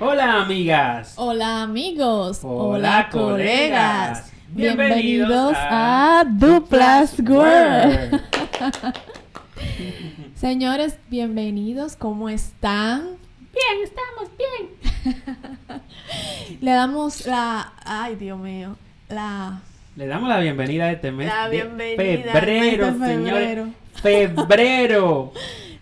Hola amigas. Hola amigos. Hola, colegas. Bienvenidos, a, Duplas World. Señores, bienvenidos. ¿Cómo están? Bien, estamos bien. Le damos la... Ay, Dios mío. La... Le damos la bienvenida a este mes. La de bienvenida al febrero, mes de señores. Febrero.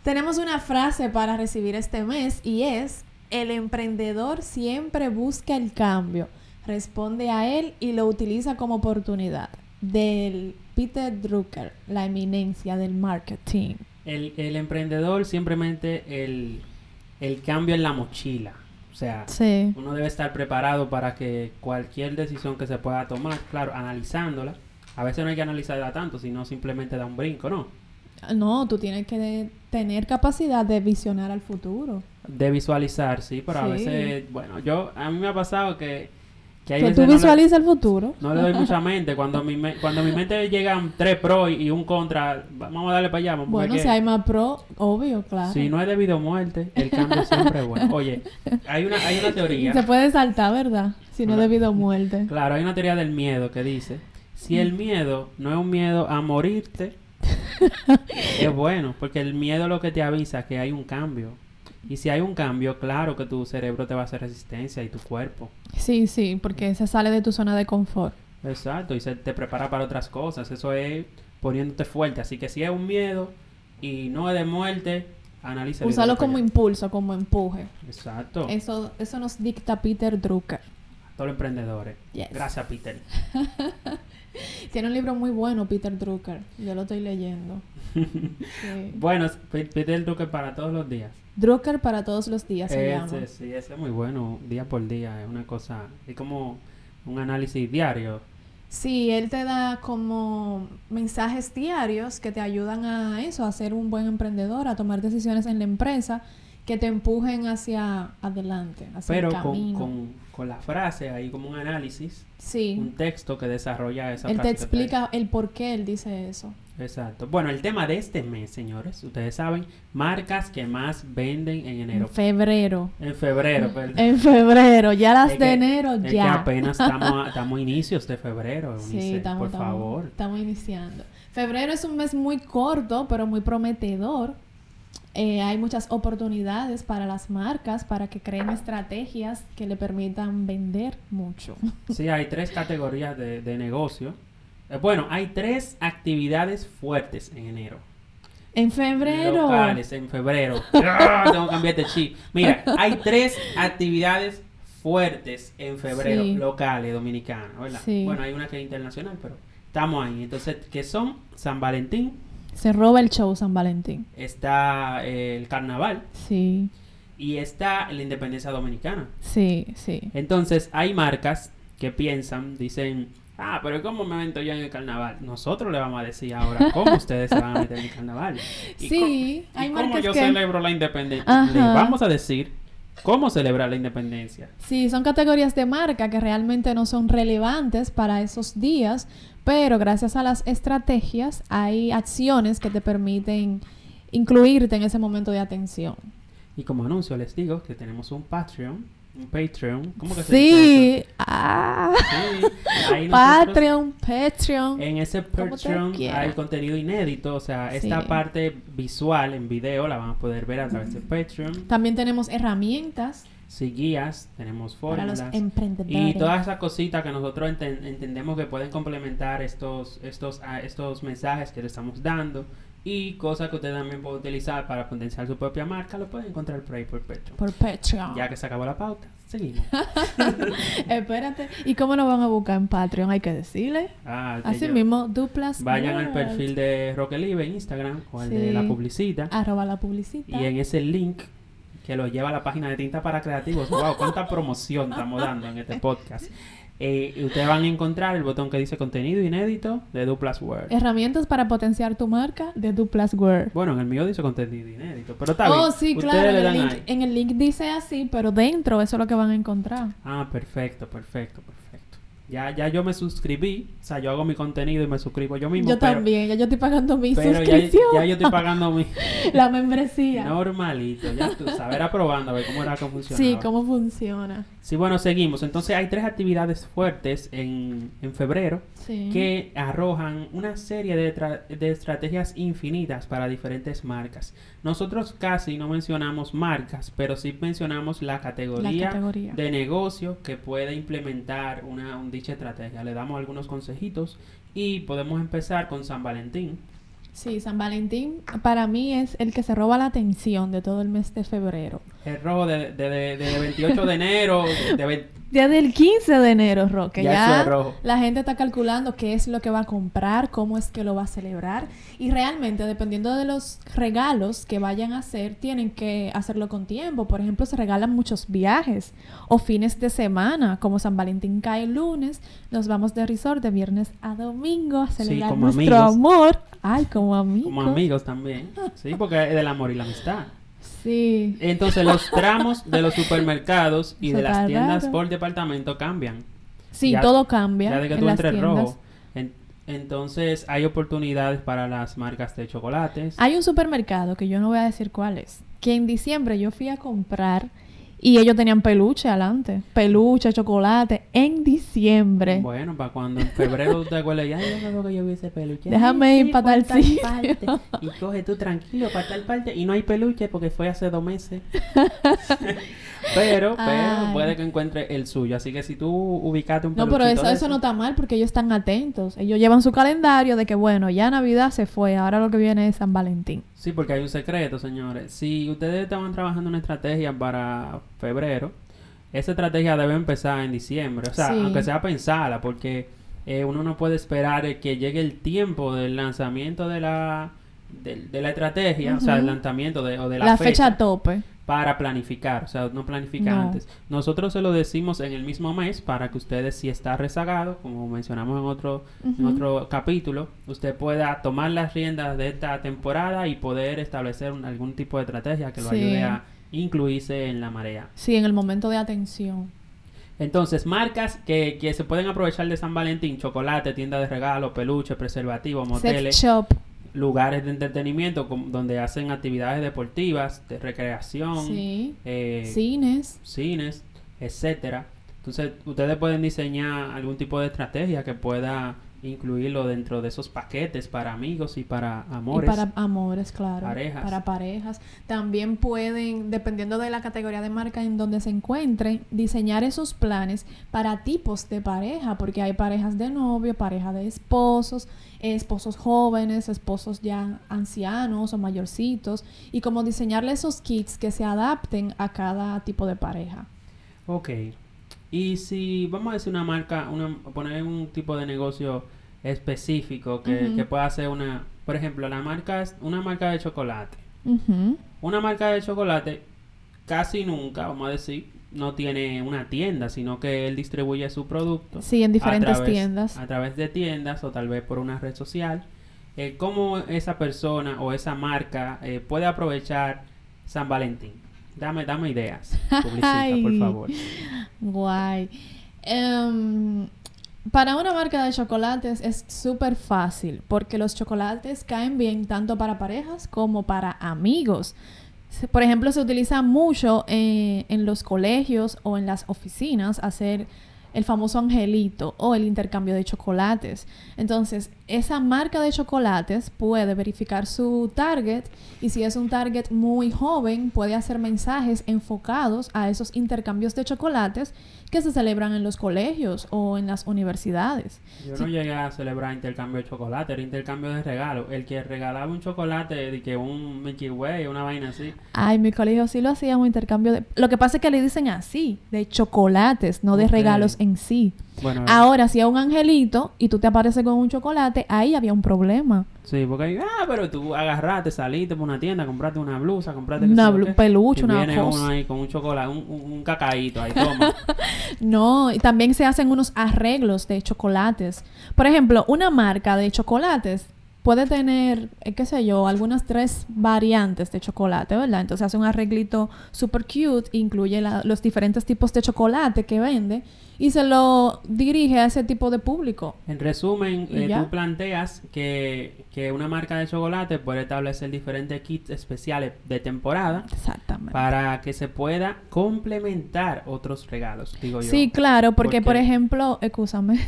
Tenemos una frase para recibir este mes y es, el emprendedor siempre busca el cambio, responde a él y lo utiliza como oportunidad. Del Peter Drucker, la eminencia del marketing. El, el emprendedor siempre mete el, el cambio en la mochila. O sea, Sí. uno debe estar preparado para que cualquier decisión que se pueda tomar, claro, analizándola. A veces no hay que analizarla tanto, sino simplemente da un brinco, ¿no? No, tú tienes que de- tener capacidad de visionar al futuro. De visualizar, sí, pero a Sí. veces, bueno, yo, a mí me ha pasado que, que hay Que veces tú no le- visualizas el futuro. No le doy mucha mente. Cuando mi, me- cuando mi mente llegan tres pro y, y un contra, va- vamos a darle para allá. Vamos a ver Bueno, qué. si hay más pro, obvio, claro. Si no es debido a muerte, el cambio siempre es bueno. Oye, hay una, hay una Y se teoría. puede saltar, ¿verdad? Si no Claro. debido a muerte. Claro, hay una teoría del miedo que dice: si el miedo no es un miedo a morirte, es bueno, porque el miedo lo que te avisa es que hay un cambio. Y si hay un cambio, claro que tu cerebro te va a hacer resistencia y tu cuerpo. Sí, sí, porque se sale de tu zona de confort. Exacto, y se te prepara para otras cosas. Eso es poniéndote fuerte. Así que si es un miedo y no es de muerte, analízalo. y Usarlo dale para como allá. impulso, como empuje. Exacto. Eso, eso nos dicta Peter Drucker. A todos los emprendedores. Yes. Gracias, Peter. Tiene un libro muy bueno, Peter Drucker. Yo lo estoy leyendo. Sí. Bueno, P- Peter Drucker para todos los días. Drucker para todos los días se llama. Ese, sí, ese es muy bueno. Día por día. Es una cosa. Es como un análisis diario. Sí, él te da como mensajes diarios que te ayudan a eso, a ser un buen emprendedor, a tomar decisiones en la empresa que te empujen hacia adelante, hacia pero el con, camino. con, con la frase, ahí como un análisis, sí, un texto que desarrolla esa él te frase que di. explica el por qué él dice eso. Exacto. Bueno, el tema de este mes, señores, ustedes saben, marcas que más venden en enero. En febrero. En febrero, perdón. En febrero, ya las Es de que- enero, Es que ya. apenas estamos, a- estamos a inicios de febrero, Sí, Eunice, estamos, por estamos- favor. estamos iniciando. Febrero es un mes muy corto, pero muy prometedor. Eh, hay muchas oportunidades para las marcas para que creen estrategias que le permitan vender mucho. Sí, hay tres categorías de, de negocio. Eh, bueno, hay tres actividades fuertes en enero. En febrero. Locales, en febrero. ¡Ah! Tengo que cambiar de chip. Mira, hay tres actividades fuertes en febrero, Sí. locales, dominicanas, ¿verdad? Sí. Bueno, hay una que es internacional, pero estamos ahí. Entonces, ¿qué son? San Valentín, Se roba el show San Valentín. está eh, el carnaval Sí, y está la independencia dominicana. sí, sí. Entonces, hay marcas que piensan, dicen, ah, pero ¿cómo me meto yo en el carnaval? Nosotros le vamos a decir ahora cómo ustedes se van a meter en el carnaval. Y Sí, co- y hay cómo marcas yo que... celebro la independencia. Ajá. Le vamos a decir cómo celebrar la independencia. Sí, son categorías de marca que realmente no son relevantes para esos días, pero gracias a las estrategias hay acciones que te permiten incluirte en ese momento de atención. Y como anuncio les digo que tenemos un Patreon, un Patreon, ¿cómo que se dice Sí, ah, eso? Sí, ahí nosotros- Patreon, Patreon. En ese Como te Patreon quiera. hay contenido inédito, o sea, Sí. esta parte visual en video la van a poder ver a través de Patreon. También tenemos herramientas Sí, guías, tenemos para los fórmulas. emprendedores. Y todas esas cositas que nosotros enten- entendemos que pueden complementar estos, estos, a- estos mensajes que le estamos dando y cosas que usted también puede utilizar para potenciar su propia marca, lo pueden encontrar por ahí por Patreon. Por Patreon. Ya que se acabó la pauta, seguimos. Espérate. ¿Y cómo nos van a buscar en Patreon? Hay que decirle. Ah, que Así yo- mismo, duplas. Vayan al World. perfil de Roquelive en Instagram o al de la Sí. publicita Arroba la publicita. y en ese link que lo lleva a la página de Tinta para Creativos. ¡Wow! ¡Cuánta promoción estamos dando en este podcast! Eh, y ustedes van a encontrar el botón que dice contenido inédito de Duplas World. Herramientas para potenciar tu marca de Duplas World. Bueno, en el mío dice contenido inédito, pero está Oh, bien. sí, Ustedes le claro. En el, dan link, ahí. en el link dice así, pero dentro eso es lo que van a encontrar. Ah, perfecto, perfecto, perfecto. Ya, ya yo me suscribí, o sea, yo hago mi contenido y me suscribo yo mismo. yo pero- también, ya yo estoy pagando mi Pero ya, suscripción. ya yo estoy pagando mi La membresía. normalito, ya tú sabes, era probando a ver cómo era que funcionaba. sí, cómo funciona. Sí, bueno, seguimos. Entonces hay tres actividades fuertes en, en febrero Sí. que arrojan una serie de, tra- de estrategias infinitas para diferentes marcas. Nosotros casi no mencionamos marcas, pero sí mencionamos la la categoría, categoría. de negocio que puede implementar una un- dicha estrategia. Le damos algunos consejitos y podemos empezar con San Valentín. Sí, San Valentín para mí es el que se roba la atención de todo el mes de febrero. El rojo de, de, de- de 28 de enero, de ve- Ya del 15 de enero, Roque. Ya Ya, eso es rojo. la gente está calculando qué es lo que va a comprar, cómo es que lo va a celebrar. Y realmente, dependiendo de los regalos que vayan a hacer, tienen que hacerlo con tiempo. Por ejemplo, se regalan muchos viajes o fines de semana. Como San Valentín cae el lunes, nos vamos de resort de viernes a domingo a celebrar como nuestro amigos. amor. Ay, como amigos. como amigos también. Sí, porque es del amor y la amistad. Sí. Entonces los tramos de los supermercados y Eso de las está tiendas raro. por departamento cambian. Sí, Ya- todo cambia. Ya de que en tú las entres tiendas. rojo. En- entonces hay oportunidades para las marcas de chocolates. Hay un supermercado que yo no voy a decir cuál es, que en diciembre yo fui a comprar y ellos tenían peluche adelante, peluche, chocolate, en diciembre. Bueno, para cuando en febrero tú te acuerdas, ya yo creo que yo vi ese peluche. Déjame Ay, ir pa' por tal sitio. parte. Y coge tú tranquilo para tal parte. Y no hay peluche porque fue hace dos meses. pero, pero Ay. puede que encuentre el suyo. Así que si tú ubicaste un No, peluchito pero eso, de eso no esos, está mal porque ellos están atentos. Ellos llevan su calendario de que, bueno, ya Navidad se fue, ahora lo que viene es San Valentín. Sí, porque hay un secreto, señores. Si ustedes estaban trabajando una estrategia para febrero, esa estrategia debe empezar en diciembre. O sea, Sí. aunque sea pensada, porque eh, uno no puede esperar eh, que llegue el tiempo del lanzamiento de la, del- de la estrategia, o sea, el Ujú. lanzamiento de, o de La, la, fecha a tope. para planificar, o sea, no planifica No. antes. Nosotros se lo decimos en el mismo mes para que ustedes, si está rezagado, como mencionamos en otro, en Ujú. otro capítulo, usted pueda tomar las riendas de esta temporada y poder establecer un- algún tipo de estrategia que lo Sí. ayude a incluirse en la marea. Sí, en el momento de atención. Entonces, marcas que, que se pueden aprovechar de San Valentín, chocolate, tienda de regalo, peluche, preservativo, moteles, Sex shop. lugares de entretenimiento como- donde hacen actividades deportivas, de recreación, Sí. eh, Cines. cines, etcétera. Entonces, ustedes pueden diseñar algún tipo de estrategia que pueda incluirlo dentro de esos paquetes para amigos y para amores. Y para amores, claro. Parejas. Para parejas. También pueden, dependiendo de la categoría de marca en donde se encuentren, diseñar esos planes para tipos de pareja, porque hay parejas de novio, pareja de esposos, eh, esposos jóvenes, esposos ya ancianos o mayorcitos, y como diseñarle esos kits que se adapten a cada tipo de pareja. Ok. Y si vamos a decir una marca, una, poner un tipo de negocio específico que, Ujú. que pueda hacer una, por ejemplo, la marca es una marca de chocolate. Ujú. Una marca de chocolate casi nunca, vamos a decir, no tiene una tienda, sino que él distribuye su producto. Sí, en a diferentes través- tiendas. A través de tiendas o tal vez por una red social. eh, ¿Cómo esa persona o esa marca eh, puede aprovechar San Valentín? Dame, dame ideas, publicita, por Ay. favor. Guay. Em, para una marca de chocolates es súper fácil porque los chocolates caen bien tanto para parejas como para amigos. Se- Por ejemplo, se utiliza mucho eh, en los colegios o en las oficinas hacer el famoso angelito o el intercambio de chocolates. Entonces, esa marca de chocolates puede verificar su target y si es un target muy joven, puede hacer mensajes enfocados a esos intercambios de chocolates que se celebran en los colegios o en las universidades. Yo no llegué a celebrar intercambio de chocolate, era intercambio de regalo. El que regalaba un chocolate, de que un Mickey Way, una vaina así. Ay, mi colegio sí lo hacíamos intercambio de... Lo que pasa es que le dicen así, de chocolates, no de Ok. regalos en sí. Bueno, Ahora, si es un angelito y tú te apareces con un chocolate, ahí había un problema. sí, porque ahí, ah, pero tú agarraste, saliste por una tienda, compraste una blusa, compraste qué Una sé yo blu- qué, peluche, y una viene uno cosa. ahí con un chocolate, un, un, un cacaíto ahí, toma. No, y también se hacen unos arreglos de chocolates. Por ejemplo, una marca de chocolates puede tener, eh, qué sé yo, algunas tres variantes de chocolate, ¿verdad? Entonces hace un arreglito super cute, incluye la- los diferentes tipos de chocolate que vende y se lo dirige a ese tipo de público. En resumen, Y eh, ya. tú planteas que, que una marca de chocolate puede establecer diferentes kits especiales de temporada Exactamente. para que se pueda complementar otros regalos, digo yo. Sí, claro, porque por Porque- ejemplo, escúchame,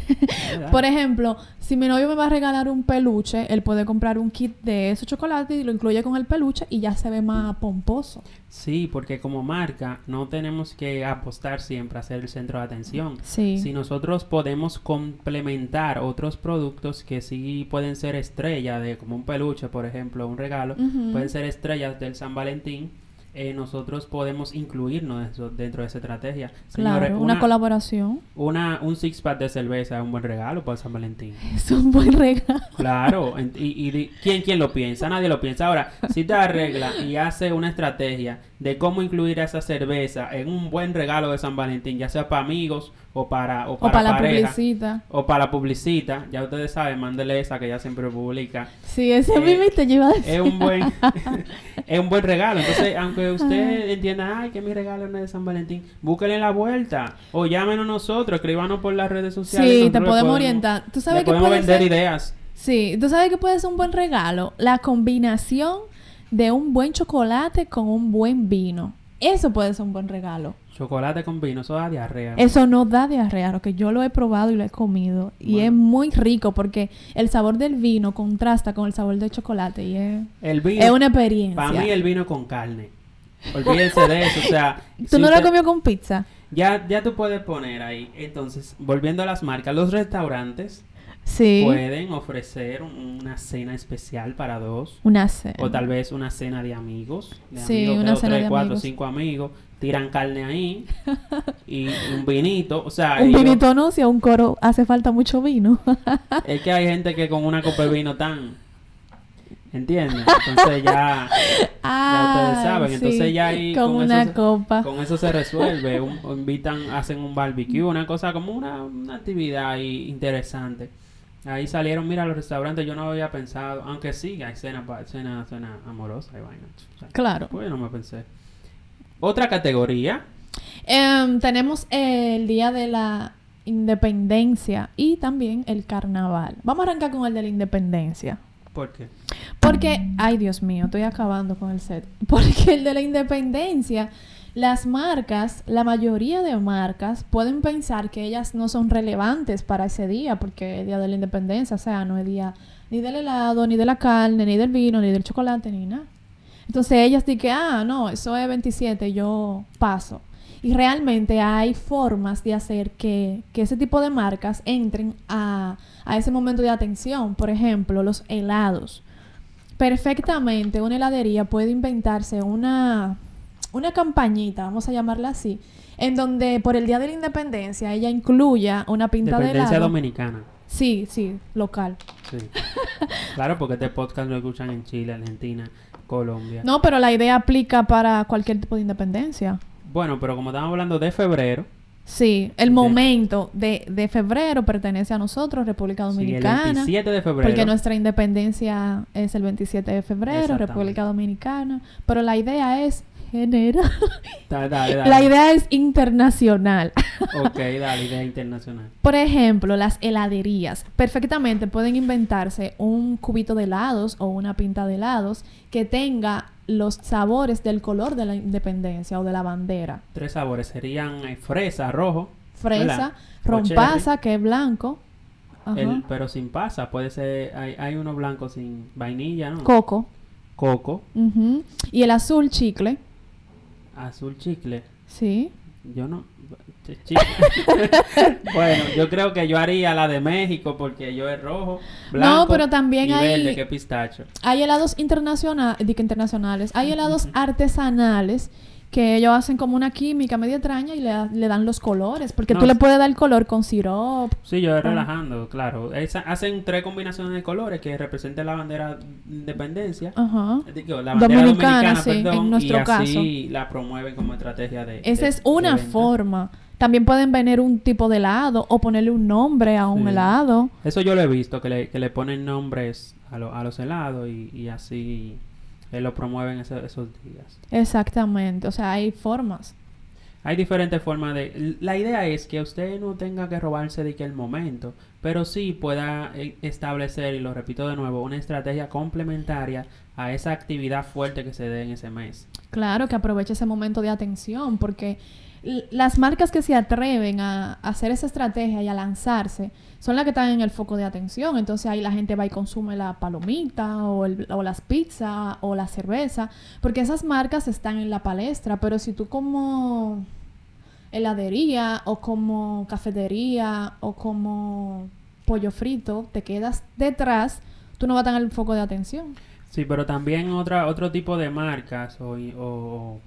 ¿Verdad? por e-, ejemplo, si mi novio me va a regalar un peluche, él puede comprar un kit de esos chocolates y lo incluye con el peluche y ya se ve más pomposo. Sí, porque como marca no tenemos que apostar siempre a ser el centro de atención. Sí. Si nosotros podemos complementar otros productos que sí pueden ser estrellas, de como un peluche, por ejemplo, un regalo, Ujú. pueden ser estrellas del San Valentín, eh, nosotros podemos incluirnos de eso- dentro de esa estrategia. Señores, Claro, una, colaboración. una- un six pack de cerveza es un buen regalo para San Valentín. Es un buen regalo. Claro, en- y, y di- ¿quién, ¿quién lo piensa? Nadie lo piensa. Ahora, si te arregla y hace una estrategia de cómo incluir a esa cerveza en un buen regalo de San Valentín, ya sea para amigos o para, o O para, para la pareja, publicita. o para la publicita, ya ustedes saben, mándele esa que ya siempre publica. Sí, ese Eh, mimito yo iba a decir. Es un buen es un buen regalo. Entonces, aunque usted entienda, ay, que mi regalo no es de San Valentín, búsquenle la vuelta o llámenos nosotros, escríbanos por las redes sociales. Sí, te nosotros le podemos orientar. ¿Tú sabes le qué podemos puede vender ser? ideas. Sí, tú sabes que puede ser un buen regalo. La combinación de un buen chocolate con un buen vino. Eso puede ser un buen regalo. Chocolate con vino, eso da diarrea. Eso no da diarrea, lo que yo lo he probado y lo he comido. Y Bueno. es muy rico porque el sabor del vino contrasta con el sabor del chocolate y es, El es vino, una experiencia. para mí el vino con carne. Olvídense de eso, o sea, ¿Tú si no lo has usted- comido con pizza? ya ya tú puedes poner ahí. Entonces, volviendo a las marcas, los restaurantes Sí. pueden ofrecer un- una cena especial para dos. Una cena. O tal vez una cena de amigos. De Sí, amigos, una dos, cena tres, de cuatro, amigos. cinco amigos. Tiran carne ahí. y un vinito. O sea, Un ellos- vinito no, si a un coro hace falta mucho vino. es que hay gente que con una copa de vino tan... ¿Entiendes? Entonces ya... Ya ustedes saben, entonces ya ahí Con, con una eso se- copa. Con eso se resuelve. Un- o invitan, hacen un barbecue, una cosa como una, una actividad ahí interesante. Ahí salieron, mira, los restaurantes, yo no había pensado, aunque sí, hay cena, pa- cena, cena amorosa y vaina. O sea, Claro. Pues yo no me pensé. Otra categoría, Em, tenemos el Día de la Independencia y también el Carnaval. Vamos a arrancar con el de la Independencia. porque Porque, ay Dios mío, estoy acabando con el set. Porque el de la independencia, las marcas, la mayoría de marcas pueden pensar que ellas no son relevantes para ese día, porque el día de la independencia, o sea, no es día ni del helado, ni de la carne, ni del vino, ni del chocolate, ni nada. Entonces ellas dicen que, ah, no, eso es 27, yo paso. Y realmente hay formas de hacer que, que ese tipo de marcas entren a, a ese momento de atención. Por ejemplo, los helados. Perfectamente, una heladería puede inventarse una, una campañita, vamos a llamarla así, en donde por el Día de la Independencia ella incluya una pinta de dependencia helado. dominicana. Sí, sí, local. Sí. claro, porque este podcast lo escuchan en Chile, Argentina, Colombia. No, pero la idea aplica para cualquier tipo de independencia. Bueno, pero como estamos hablando de febrero, Sí, el De- momento de, de febrero pertenece a nosotros, República sí, el Dominicana. 27 de febrero. porque nuestra independencia es el 27 de febrero, Exactamente. República Dominicana. Pero la idea es general. Da- dale, dale. la idea es internacional. Ok, dale, idea internacional. Por ejemplo, las heladerías. Perfectamente pueden inventarse un cubito de helados o una pinta de helados que tenga los sabores del color de la independencia o de la bandera. Tres sabores serían eh, fresa, rojo, Fresa, ¿Verdad? rompaza, que es blanco. Ajá. el- pero sin pasa. Puede ser, hay, hay uno blanco sin vainilla, ¿no? Coco. Coco, Ujú. Y el azul chicle. azul chicle. Sí. Yo no. ch- chicle. bueno, yo creo que yo haría la de México porque yo es rojo, blanco. pero también y hay- verde, que es pistacho. Hay helados internaciona- digo, internacionales. Hay helados artesanales que ellos hacen como una química medio extraña y le, le dan los colores. Porque No, tú le es- puedes dar el color con sirope. Sí, yo es relajando, claro. Esa- hacen tres combinaciones de colores que representen la bandera de independencia. Ajá. Digo, la bandera Ah. Dominicana, dominicana, sí, en perdón, nuestro y así la promueven como estrategia de. Esa de- es de una venta. forma. También pueden vender un tipo de helado o ponerle un nombre a un Sí. helado. Eso yo lo he visto, que le, que le ponen nombres a, lo- a los helados y, y así eh, lo promueven eso- esos días. Exactamente, o sea, hay formas. Hay diferentes formas de... La idea es que usted no tenga que robarse de que el momento, pero sí pueda eh, establecer, y lo repito de nuevo, una estrategia complementaria a esa actividad fuerte que se dé en ese mes. Claro que aproveche ese momento de atención, porque l- las marcas que se atreven a a hacer esa estrategia y a lanzarse son las que están en el foco de atención. Entonces ahí la gente va y consume la palomita o, el- o las pizzas o la cerveza, porque esas marcas están en la palestra, pero si tú como heladería o como cafetería o como pollo frito te quedas detrás, tú no vas a estar en el foco de atención. Sí, pero también otra, otro tipo de marcas o, i- o- o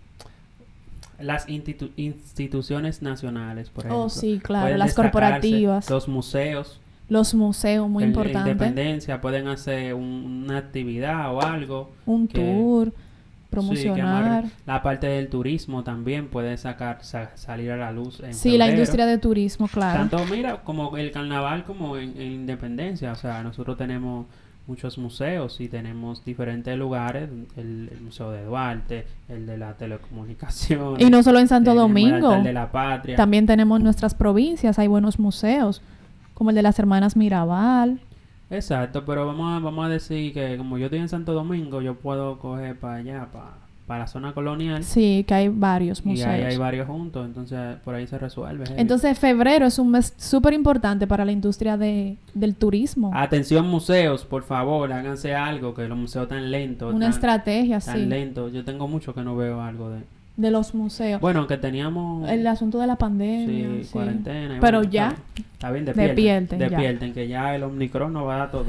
las institu- instituciones nacionales, por ejemplo. Oh, sí, claro, Pueden las destacarse, corporativas. Los museos. Los museos, muy en- en importante. Independencia, pueden hacer un- una actividad o algo. Un que- tour, Sí, que promocionar. amarre. Sí, la parte del turismo también puede sacar, sa- salir a la luz. En la febrero. industria de turismo, claro. Tanto, mira, como el carnaval como en, en Independencia. O sea, nosotros tenemos muchos museos y tenemos diferentes lugares. El, el Museo de Duarte, el de la telecomunicación. y no solo en Santo Domingo, El de la patria. también tenemos nuestras provincias, hay buenos museos, como el de las hermanas Mirabal. Exacto, pero vamos a, vamos a decir que como yo estoy en Santo Domingo, yo puedo coger para allá, para, para la zona colonial. Sí, que hay varios Y museos. ahí hay varios juntos, entonces por ahí se resuelve. heavy. Entonces, febrero es un mes súper importante para la industria de, del turismo. Atención museos, por favor, háganse algo, que los museos tan lentos. Una tan, estrategia, tan sí, lentos. Yo tengo mucho que no veo algo de... de los museos. Bueno, aunque teníamos... el asunto de la pandemia. sí, sí. cuarentena. y Pero bueno, ya, Está, bien. Está bien, despierten, despierten. ya. Despierten, que ya el Omnicron no va a dar todo.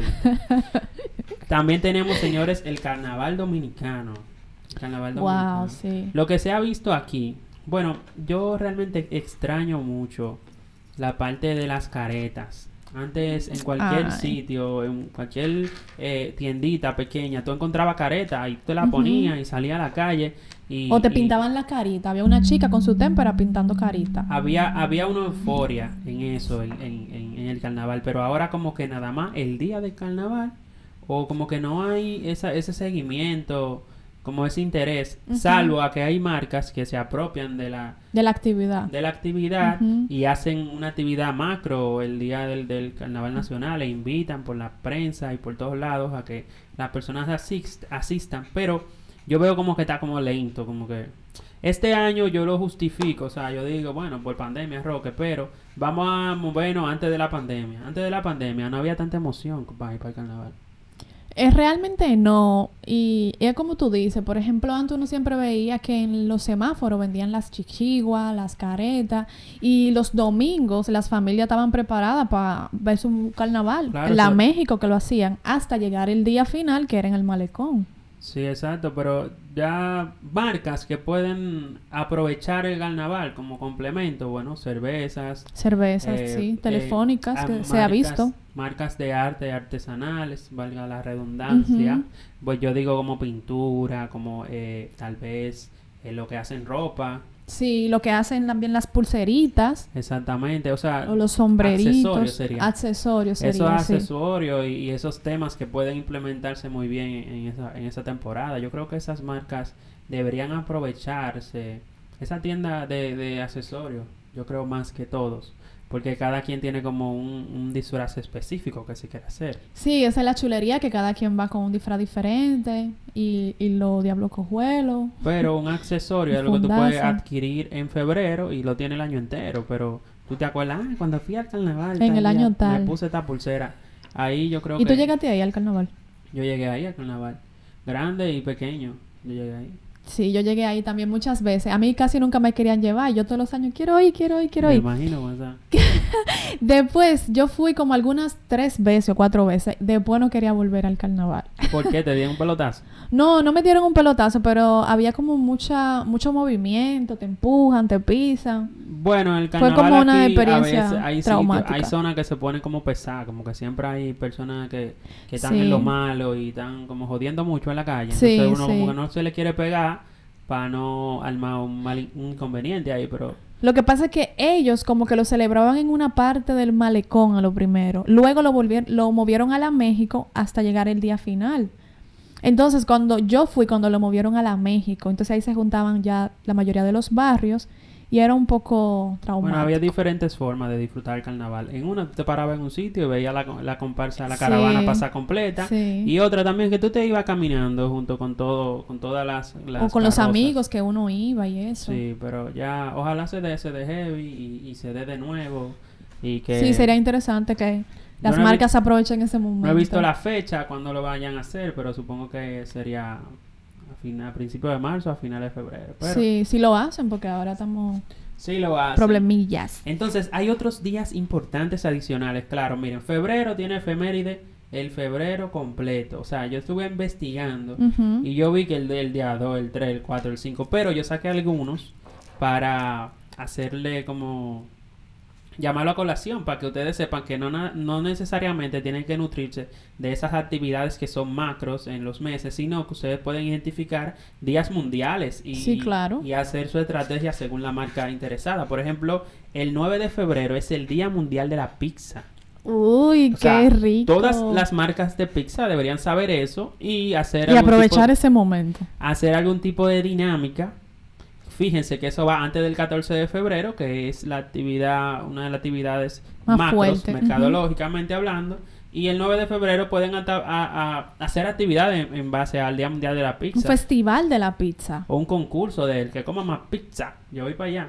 También tenemos, señores, el carnaval dominicano. El carnaval dominicano. wow, sí. Lo que se ha visto aquí, bueno, yo realmente extraño mucho la parte de las caretas. Antes en cualquier Ay. sitio, en cualquier eh, tiendita pequeña, tú encontrabas careta y tú la Ujú. ponías y salías a la calle y... O te y pintaban la carita. Había una chica con su témpera pintando carita. Había, había una euforia en eso, en, en- en- en el carnaval, pero ahora como que nada más el día del carnaval, o como que no hay esa, ese seguimiento, como ese interés, Ujú. salvo a que hay marcas que se apropian de la, De la actividad. de la actividad Ujú. y hacen una actividad macro el día del, del Carnaval Nacional e invitan por la prensa y por todos lados a que las personas asist- asistan, pero yo veo como que está como lento, como que este año yo lo justifico, o sea, yo digo, bueno, por pandemia, Roque, pero vamos a movernos antes de la pandemia. Antes de la pandemia no había tanta emoción para ir para el carnaval. Es realmente no. Y es como tú dices. Por ejemplo, antes uno siempre veía que en los semáforos vendían las chichiguas, las caretas. Y los domingos las familias estaban preparadas para ver su carnaval. Claro, en la eso- México que lo hacían. Hasta llegar el día final que era en el malecón. Sí, exacto, pero ya marcas que pueden aprovechar el carnaval como complemento, bueno, cervezas, Cervezas, eh, sí. eh, Telefónicas a que se ha marcas- visto. Marcas de arte artesanales, valga la redundancia. Ujú. Pues yo digo como pintura, como eh, tal vez eh, lo que hacen ropa, Sí, lo que hacen también las pulseritas. exactamente. O sea, O los sombreritos. Ah, Accesorios sería. Accesorios sería, esos sí. accesorios y, y esos temas que pueden implementarse muy bien en, en esa, en esa temporada. Yo creo que esas marcas deberían aprovecharse. Esa tienda de, de accesorios, yo creo más que todos. Porque cada quien tiene como un, un disfraz específico que se quiere hacer. Sí, esa es la chulería que cada quien va con un disfraz diferente y, y lo diablo cojuelo. Pero un accesorio Un es lo que tú puedes fundazo. adquirir en febrero y lo tiene el año entero. Pero tú te acuerdas, "Ah, cuando fui al carnaval, En el día año me tal". puse esta pulsera. Ahí yo creo Y tú que llegaste ahí al carnaval. yo llegué ahí al carnaval. Grande y pequeño. Yo llegué ahí. Sí, yo llegué ahí también muchas veces. A mí casi nunca me querían llevar. Yo todos los años quiero ir, quiero ir, quiero Me ir. imagino, Gonzalo. Después yo fui como algunas tres veces o cuatro veces. Después no quería volver al carnaval. ¿Por qué te dieron un pelotazo? No, no me dieron un pelotazo, pero había como mucha mucho movimiento. Te empujan, te pisan. Bueno, el Fue carnaval como una aquí, experiencia a veces hay, sitios- traumática. hay zonas que se ponen como pesadas, como que siempre hay personas que, que están Sí. en lo malo y están como jodiendo mucho en la calle. Sí, Entonces uno sí. como que no se le quiere pegar para no armar un mal in- un inconveniente ahí, pero Lo que pasa es que ellos como que lo celebraban en una parte del malecón a lo primero. Luego lo, volvieron, lo movieron a la México hasta llegar el día final. Entonces, cuando yo fui, cuando lo movieron a la México, entonces ahí se juntaban ya la mayoría de los barrios y era un poco traumático. bueno, había diferentes formas de disfrutar el carnaval. En una te parabas en un sitio y veías la, co- la comparsa, la Sí. caravana pasar completa. Sí. Y otra también que tú te ibas caminando junto con todo, con todas las, las o con los carrozas. amigos que uno iba y eso. Sí, Sí, pero ya, ojalá se dé, se dé heavy y, y se dé de nuevo. Y que sería interesante que las no he vi- marcas aprovechen ese momento. No he visto la fecha cuando lo vayan a hacer, pero supongo que sería a, final, a principios de marzo, a finales de febrero. Pero sí, Sí, sí lo hacen porque ahora estamos lo hacen. problemillas. Entonces, hay otros días importantes adicionales. Claro, miren, febrero tiene efeméride, el febrero completo. O sea, yo estuve investigando Ujú. y yo vi que el del día 2, el 3, el 4, el 5, pero yo saqué algunos para hacerle como llamarlo a colación para que ustedes sepan que no, na- no necesariamente tienen que nutrirse de esas actividades que son macros en los meses, sino que ustedes pueden identificar días mundiales y, Sí, claro. y hacer su estrategia según la marca interesada. Por ejemplo, el 9 de febrero es el Día Mundial de la Pizza. Uy, O sea, qué rico. Todas las marcas de pizza deberían saber eso y hacer y algún tipo aprovechar de- ese momento. hacer algún tipo de dinámica. Fíjense que eso va antes del 14 de febrero, que es la actividad, una de las actividades Más macros, fuerte, ujú. mercadológicamente hablando. Y el 9 de febrero pueden ata- a- a- hacer actividades en, en base al Día Mundial de la Un Pizza. festival de la pizza. o un concurso del que coma más pizza. Yo voy para allá.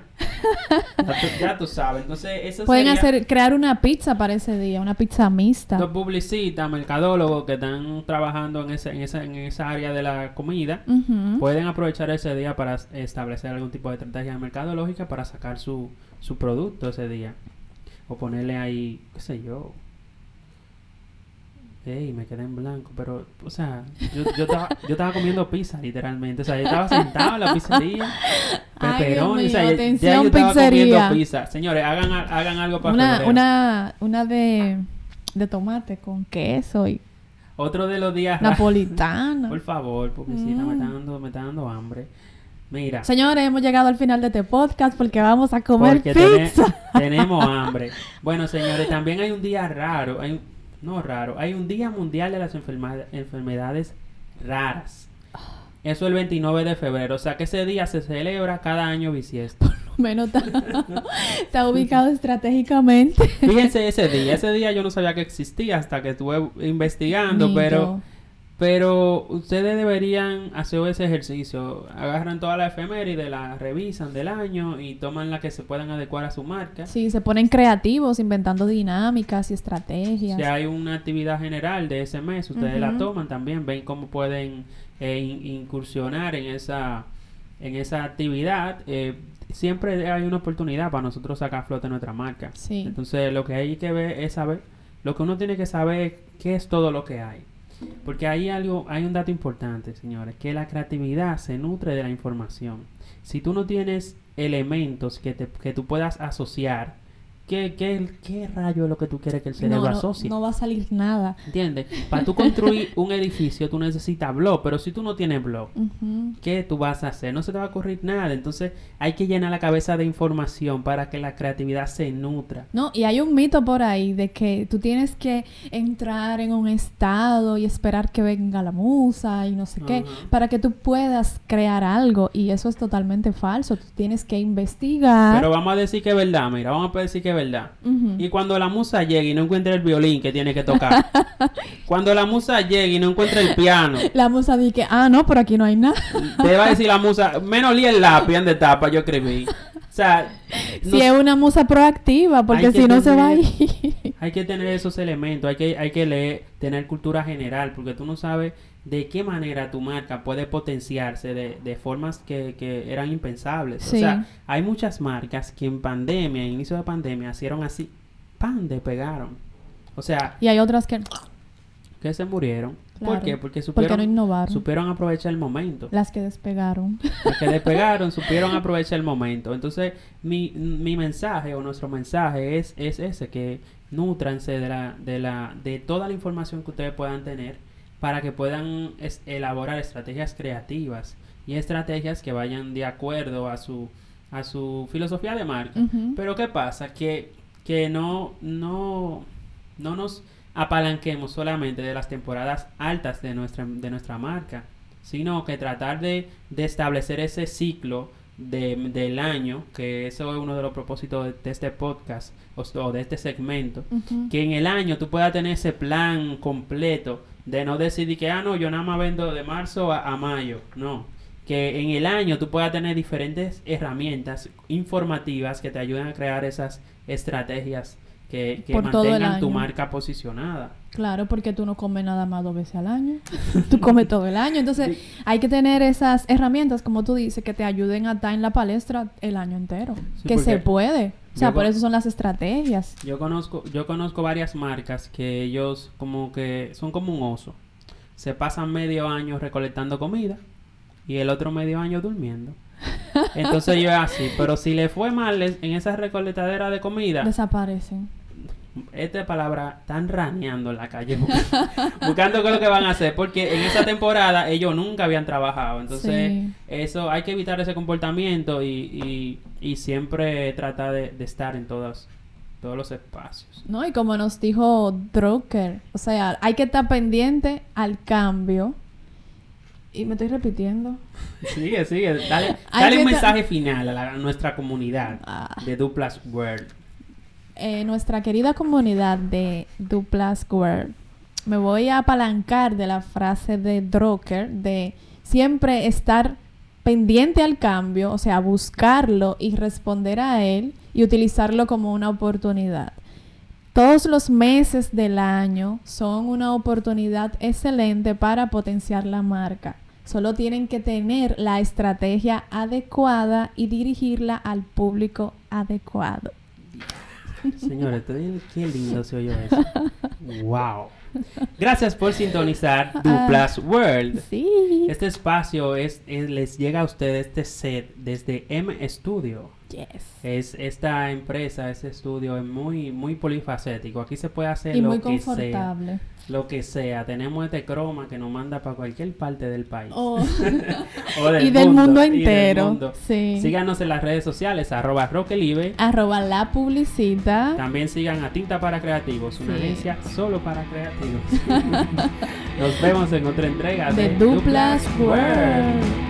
ya, tú, ya tú sabes. Entonces, eso Pueden sería- hacer crear una pizza para ese día, una pizza mixta. Los publicistas, mercadólogos que están trabajando en, ese, en, esa, en esa área de la comida, Ujú. Pueden aprovechar ese día para s- establecer algún tipo de estrategia mercadológica para sacar su, su producto ese día. O ponerle ahí, qué sé yo. Ey, me quedé en blanco, pero, o sea, yo, yo, estaba, yo estaba comiendo pizza, literalmente. O sea, yo estaba sentado en la pizzería. Ay, Pepperoni, o sea, ya- Dios mío, ya atención, yo estaba pizzería. comiendo pizza. Señores, hagan, a- hagan algo para Una, febrero. una, una de, de tomate con queso y Otro de los días... raros. napolitana. Por favor, publicita, me, Mm. está dando, me está dando hambre. Mira. Señores, hemos llegado al final de este podcast porque vamos a comer Porque tene- pizza. tenemos hambre. Bueno, señores, también hay un día raro, hay un- no raro, hay un Día Mundial de las enferma- Enfermedades Raras. Eso el 29 de febrero, o sea que ese día se celebra cada año bisiesto. Menos está, está ubicado estratégicamente. Fíjense ese día, ese día yo no sabía que existía hasta que estuve investigando, Ni pero... yo. Pero ustedes deberían hacer ese ejercicio. Agarran toda la efeméride, la revisan del año y toman la que se puedan adecuar a su marca. Sí, se ponen creativos inventando dinámicas y Si estrategias. hay una actividad general de ese mes, ustedes la Ujú. toman también, ven cómo pueden eh, in- incursionar en esa, en esa actividad. Eh, siempre hay una oportunidad para nosotros sacar a flote nuestra marca. Sí. Entonces, lo que hay que ver es saber, lo que uno tiene que saber es qué es todo lo que hay. Porque hay algo, hay un dato importante, señores, que la creatividad se nutre de la información. Si tú no tienes elementos que, te, que tú puedas asociar, ¿qué, qué, qué rayo es lo que tú quieres que el no, cerebro no- asocie? no va a salir nada. ¿Entiendes? Para tú construir un edificio, tú necesitas blog, pero si tú no tienes blog, Ujú. ¿qué tú vas a hacer? No se te va a ocurrir nada. Entonces, hay que llenar la cabeza de información para que la creatividad se nutra. No, y hay un mito por ahí de que tú tienes que entrar en un estado y esperar que venga la musa y no sé qué, Ajá. para que tú puedas crear algo. Y eso es totalmente falso. Tú tienes que investigar. Pero vamos a decir que es verdad, mira, vamos a decir que es verdad. Ujú. Y cuando la musa llegue y no encuentre el violín que tiene que tocar. cuando la musa llegue y no encuentre el piano. La musa dice que, ah, no, por aquí no hay nada. Te va a decir la musa, menos li el lápiz de tapa, yo escribí. O sea, no si es una musa proactiva, porque Hay que si no se va a tener- ir. Hay que tener esos elementos, hay que, hay que leer, tener cultura general, porque tú no sabes de qué manera tu marca puede potenciarse de, de formas que, que eran impensables. Sí. O sea, hay muchas marcas que en pandemia, en inicio de pandemia, hicieron así, pan, despegaron. O sea, y hay otras que, que se murieron. Claro, ¿Por qué? Porque porque no supieron, innovaron. supieron aprovechar el momento. Las que despegaron. Los que despegaron supieron aprovechar el momento. Entonces, mi, mi mensaje o nuestro mensaje es, es ese, que nutranse de, la, de, la, de toda la información que ustedes puedan tener para que puedan es- elaborar estrategias creativas y estrategias que vayan de acuerdo a su, a su filosofía de marca. Ujú. Pero ¿qué pasa? Que, que no, no, no nos apalanquemos solamente de las temporadas altas de nuestra, de nuestra marca, sino que tratar de, de establecer ese ciclo de- del año, que eso es uno de los propósitos de, de este podcast o, s- o de este segmento, Ujú. que en el año tú puedas tener ese plan completo de no decidir que, ah, no, yo nada más vendo de marzo a, a mayo. No. Que en el año tú puedas tener diferentes herramientas informativas que te ayuden a crear esas estrategias que, que Por todo el mantengan tu año. marca posicionada. Claro, porque tú no comes nada más dos veces al año. tú comes todo el año. Entonces, hay que tener esas herramientas, como tú dices, que te ayuden a estar en la palestra el año entero. Sí, que se porque puede. O sea, yo por con- eso son las estrategias. Yo conozco, yo conozco varias marcas que ellos como que son como un oso. Se pasan medio año recolectando comida y el otro medio año durmiendo. Entonces yo es así, pero si le fue mal es- en esa recolectadera de comida, Desaparecen. esta palabra están raneando en la calle bu- buscando qué es lo que van a hacer, porque en esa temporada ellos nunca habían trabajado. Entonces, Sí. eso hay que evitar ese comportamiento y, y- y siempre tratar de, de estar en todas, todos los espacios. No, y como nos dijo Drucker, o sea, hay que estar pendiente al cambio. Y me estoy repitiendo. Sigue, sigue. Dale, Hay dale un que ta- mensaje final a, la- a nuestra comunidad Ah. de Duplas World. Eh, nuestra querida comunidad de Duplas World, me voy a apalancar de la frase de Drucker de siempre estar pendiente al cambio, o sea, buscarlo y responder a él y utilizarlo como una oportunidad. Todos los meses del año son una oportunidad excelente para potenciar la marca. Solo tienen que tener la estrategia adecuada y dirigirla al público adecuado. Señores, te- qué lindo se oyó eso. ¡Wow! Gracias por sintonizar Ah. Duplas World. Sí. Este espacio es, es- les llega a ustedes este set desde M Studio. Yes. Es esta empresa, este estudio es muy muy polifacético. Aquí se puede hacer Y Este lo muy que sea, confortable. lo que sea. Tenemos este croma que nos manda para cualquier parte del país. Oh. O y del mundo y del entero. mundo. Sí. Síganos en las redes sociales, arroba Roquelive. Arroba la publicita. También sigan a Tinta para Creativos, una Ah. Sí. agencia solo para creativos. Nos vemos en otra entrega De Duplas World.